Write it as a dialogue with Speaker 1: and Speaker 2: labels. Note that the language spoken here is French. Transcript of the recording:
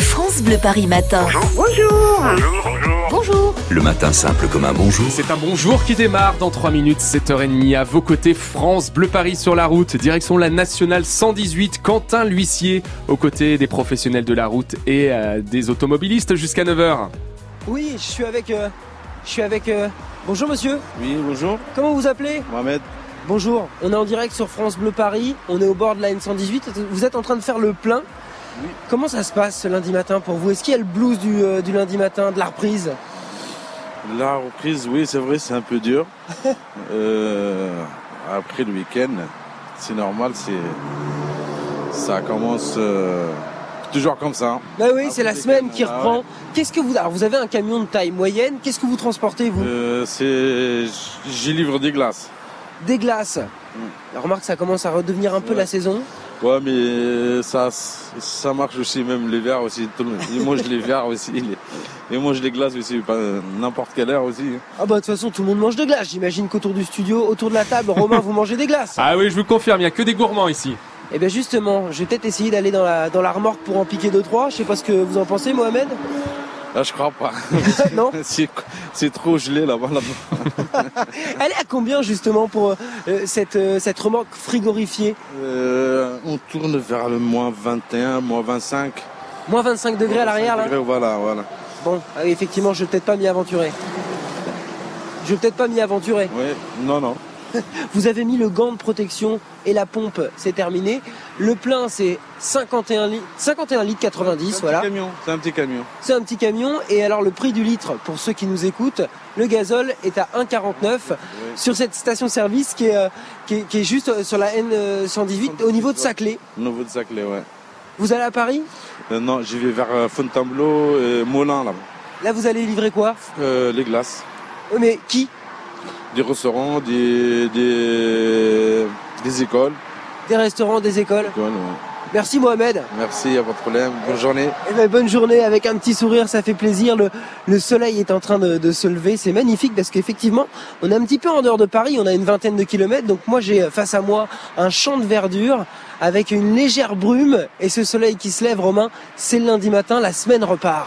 Speaker 1: France Bleu Paris Matin.
Speaker 2: Bonjour
Speaker 3: Bonjour, bonjour.
Speaker 1: Bonjour.
Speaker 4: Le matin simple comme un bonjour.
Speaker 5: C'est un bonjour qui démarre dans 3 minutes, 7h30 à vos côtés, France Bleu Paris sur la route, direction la nationale 118, Quentin l'huissier, aux côtés des professionnels de la route et euh, des automobilistes jusqu'à 9h.
Speaker 6: Oui, je suis avec. euh, je suis avec. euh, bonjour monsieur,
Speaker 7: Oui, bonjour,
Speaker 6: comment vous appelez
Speaker 7: Mohamed.
Speaker 6: Bonjour, on est en direct sur France Bleu Paris, on est au bord de la N118, vous êtes en train de faire le plein.
Speaker 7: Oui.
Speaker 6: Comment ça se passe ce lundi matin pour vous Est-ce qu'il y a le blues du, euh, du lundi matin, de la reprise
Speaker 7: La reprise, oui, c'est vrai, c'est un peu dur. Euh, après le week-end, c'est normal, c'est ça commence euh, toujours comme ça.
Speaker 6: Bah oui,
Speaker 7: Ah,
Speaker 6: c'est la
Speaker 7: oui,
Speaker 6: semaine qui
Speaker 7: ah,
Speaker 6: reprend.
Speaker 7: ouais.
Speaker 6: Qu'est-ce que vous. Alors vous avez un camion de taille moyenne, qu'est-ce que vous transportez vous
Speaker 7: Euh, c'est, j'y livre des glaces.
Speaker 6: Des glaces. La Remarque, ça commence à redevenir un peu
Speaker 7: Mm. Ouais.
Speaker 6: la saison.
Speaker 7: Ouais, mais ça, ça marche aussi, même les verres aussi. Tout le monde. Ils mangent les verres aussi, les- ils mangent les glaces aussi, pas n'importe quelle heure aussi. hein.
Speaker 6: Ah bah de toute façon, tout le monde mange de glace. J'imagine qu'autour du studio, autour de la table, Romain, vous mangez des glaces.
Speaker 5: Ah oui, je vous le confirme, il n'y a que des gourmands ici.
Speaker 6: Eh bien justement, je vais peut-être essayer d'aller dans la, dans la remorque pour en piquer deux trois. Je sais pas ce que vous en pensez, Mohamed.
Speaker 7: Là, je crois pas.
Speaker 6: non
Speaker 7: C'est, c'est trop gelé là-bas. là-bas.
Speaker 6: Elle est à combien justement pour euh, cette, euh, cette remorque frigorifiée
Speaker 7: Euh, on tourne vers le moins 21, moins 25.
Speaker 6: Moins 25 degrés à l'arrière là.
Speaker 7: Degrés, Voilà, voilà.
Speaker 6: Bon, ah oui, effectivement, je vais peut-être pas m'y aventurer. Je vais peut-être pas m'y aventurer.
Speaker 7: Oui, non, non.
Speaker 6: Vous avez mis le gant de protection et la pompe, c'est terminé. Le plein, c'est 51 litres, 51 litres 90,
Speaker 7: C'est un
Speaker 6: voilà.
Speaker 7: petit camion. C'est un petit camion.
Speaker 6: C'est un petit camion. Et alors, le prix du litre, pour ceux qui nous écoutent, le gazole est à 1,49.
Speaker 7: Oui.
Speaker 6: sur cette station-service qui est, euh, qui est, qui est juste euh, sur la N118 au niveau de Saclay.
Speaker 7: Nouveau de Saclay, ouais.
Speaker 6: Vous allez à Paris
Speaker 7: Euh, non, je vais vers euh, Fontainebleau et Molin, là.
Speaker 6: Là, vous allez livrer quoi
Speaker 7: Euh, les glaces.
Speaker 6: Euh, Mais qui
Speaker 7: Des restaurants, des, des, des écoles.
Speaker 6: Des restaurants, des écoles.
Speaker 7: Écoles, ouais.
Speaker 6: Merci Mohamed.
Speaker 7: Merci, y a pas de problème. Bonne journée.
Speaker 6: Eh ben, bonne journée avec un petit sourire, ça fait plaisir. Le, le soleil est en train de, de se lever, c'est magnifique parce qu'effectivement, on est un petit peu en dehors de Paris, on a une vingtaine de kilomètres. Donc moi, j'ai euh, face à moi un champ de verdure avec une légère brume et ce soleil qui se lève, Romain, c'est le lundi matin, la semaine repart.